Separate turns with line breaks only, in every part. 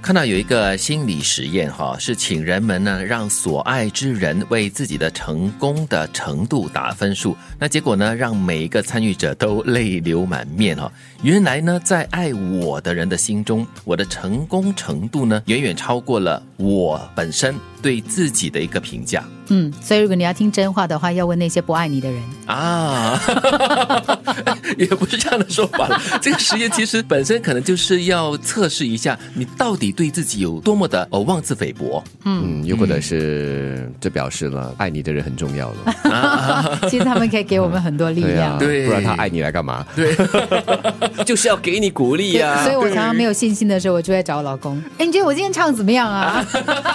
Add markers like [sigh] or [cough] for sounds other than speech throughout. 看到有一个心理实验哈，是请人们呢让所爱之人为自己的成功的程度打分数，那结果呢让每一个参与者都泪流满面哈。原来呢，在爱我的人的心中，我的成功程度呢远远超过了我本身对自己的一个评价
嗯，所以如果你要听真话的话，要问那些不爱你
[laughs]
的人。
啊，也不是这样的说法了。这个实验其实本身可能就是要测试一下你到底对自己有多么的呃妄自菲薄。
嗯，又或者是这表示了爱你的人很重要了，
其实他们可以给我们很多力
对
量
呀，，
对啊
不然他爱你来干嘛？
对，
[laughs] 就是要给你
[laughs]
鼓励呀、
啊
所以我常常没有信心的时候，我就会找我老公。哎，你觉得我今天唱得怎么样啊？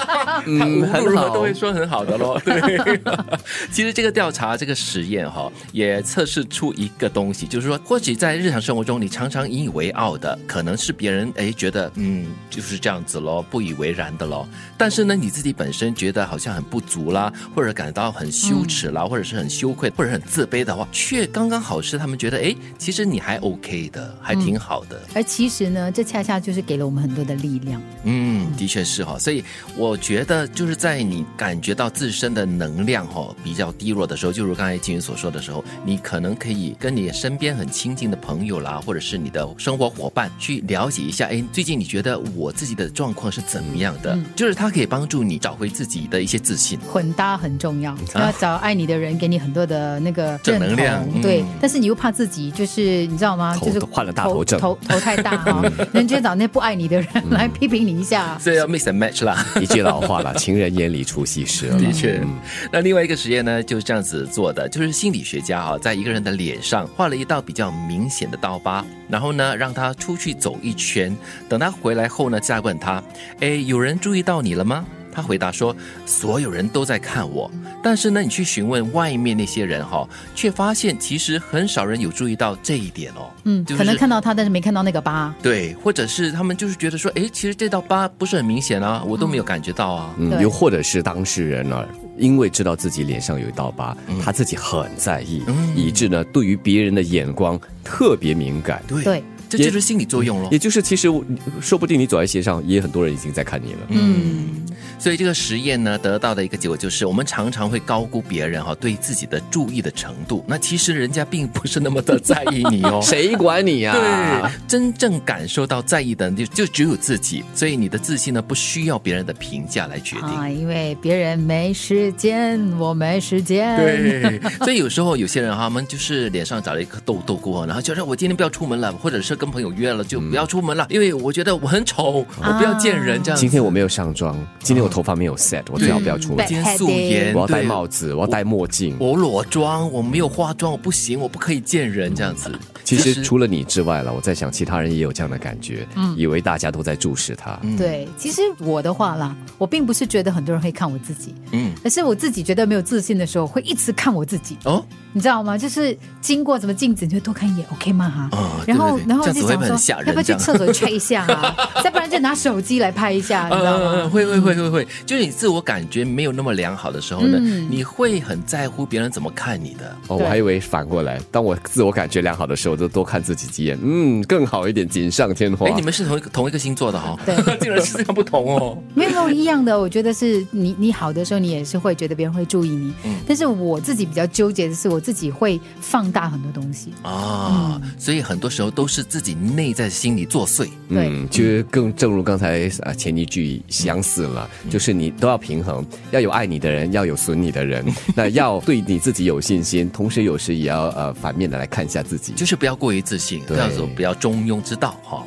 [laughs]
无
嗯，
论
很
如何
好
都。会说很好的
[laughs]
咯。对， [laughs] 其实这个调查这个实验哈、也测试出一个东西，就是说，或许在日常生活中，你常常引以为傲的，可能是别人哎觉得嗯就是这样子咯，不以为然的咯。但是呢，你自己本身觉得好像很不足啦，或者感到很羞耻啦，或者是很羞愧，或者很自卑的话，却刚刚好是他们觉得哎，其实你还 OK 的，还
嗯
挺好的。
而其实呢，这恰恰就是给了我们很多的力量。
嗯，的确是哈，所以我觉得就是在你感觉到自身的能量哈比较低落的时候，就如刚才金云所说的时候，你可能可以跟你身边很亲近的朋友啦，或者是你的生活伙伴去了解一下，哎，最近你觉得我自己的状况是怎么样的？就是它可以帮助你找回自己的一些自信。
混搭很重要，要找爱你的人，给你很多的那个
正
认
能
同，
量嗯
对。但是你又怕自己，就是你知道吗？
头
就是
换了大头症
头头太
[laughs]
大哈、
嗯
人家找那不爱你的人来批评你一下。
所以要 mix and match 啦。
一句老话了，情人眼里出西施了。
嗯
的确，那另外一个实验呢，就是这样子做的，就是心理学家哈、在一个人的脸上画了一道比较明显的刀疤，然后呢，让他出去走一圈，等他回来后呢，再问他，哎，有人注意到你了吗？他回答说：“所有人都在看我，但是呢，你去询问外面那些人哈、却发现其实很少人有注意到这一点哦。
嗯，
就是
可能看到他，但是没看到那个疤。
对，或者是他们就是觉得说，哎，其实这道疤不是很明显啊，我都没有感觉到啊。
嗯，
对
又或者是当事人呢，因为知道自己脸上有一道疤，
嗯
他自己很在意，以致呢对于别人的眼光特别敏感。
对，
对
这就是心理作用咯。
也就是，其实我说不定你走在街上，也很多人已经在看你了。。
嗯，
所以这个实验呢，得到的一个结果就是，我们常常会高估别人哈、对自己的注意的程度，那其实人家并不是那么的在意你哦
[laughs] 谁管你啊呀、
对，真正感受到在意的就就只有自己，所以你的自信呢，不需要别人的评价来决定。
啊，因为别人没时间，我没时间。，
对，所以有时候有些人哈，他们就是脸上长了一颗痘痘过后，然后就说我今天不要出门了，或者是跟朋友约了就不要出门了，因为我觉得我很丑，我不要见人这样子。
今天我没有上妆，今天我头发没有 set，我最好不要出门
我。今天素颜，
我要戴
嗯对
帽子，我要戴墨镜。
我裸妆，我没有化妆，我不行，我不可以见人这样子。
其实除了你之外了，我在想，其他人也有这样的感觉，
嗯
以为大家都在注视他。
对，其实我的话啦，我并不是觉得很多人会看我自己，
嗯，
而是我自己觉得没有自信的时候，会一直看我自己。
哦，
你知道吗？就是经过什么镜子，你就多看一眼，OK 吗？哈、
啊
然后
对对对
然后
这样子
就
会不
想
会
说
很吓，人
要不
这
要去
样
厕所 check 一下啊？
[laughs]
再不然就拿手机来拍一下，你知道吗？
呃会会会会会，就是你自我感觉没有那么良好的时候呢，
嗯
你会很在乎别人怎么看你的。
哦，
对
我还以为反过来，当我自我感觉良好的时候，我就多看自己几眼，嗯，更好一点，锦上添花
哎，。你们是同一个同一个星座的哈、
对
[laughs] 竟然是这样不同哦。
没有没有一样的，我觉得是你你好的时候，你也是会觉得别人会注意你。
嗯
但是我自己比较纠结的是，我自己会放大很多东西。
啊，所以很多时候都是自己内在心理作祟。
对，
嗯，就是更正如刚才啊前一句相似了，
嗯
就是你都要平衡，要有爱你的人，要有损你的人，
[laughs]
那要对你自己有信心，同时有时也要呃反面的来看一下自己。
就是不要过于自信，不
对
要走不要中庸之道哈。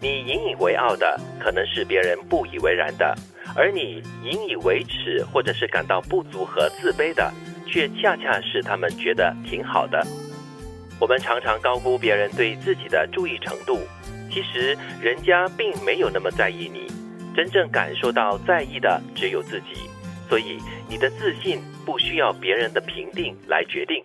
你引以为傲的，可能是别人不以为然的；而你引以为耻，或者是感到不足和自卑的，却恰恰是他们觉得挺好的。我们常常高估别人对自己的注意程度，其实人家并没有那么在意你。真正感受到在意的只有自己，所以你的自信不需要别人的评定来决定。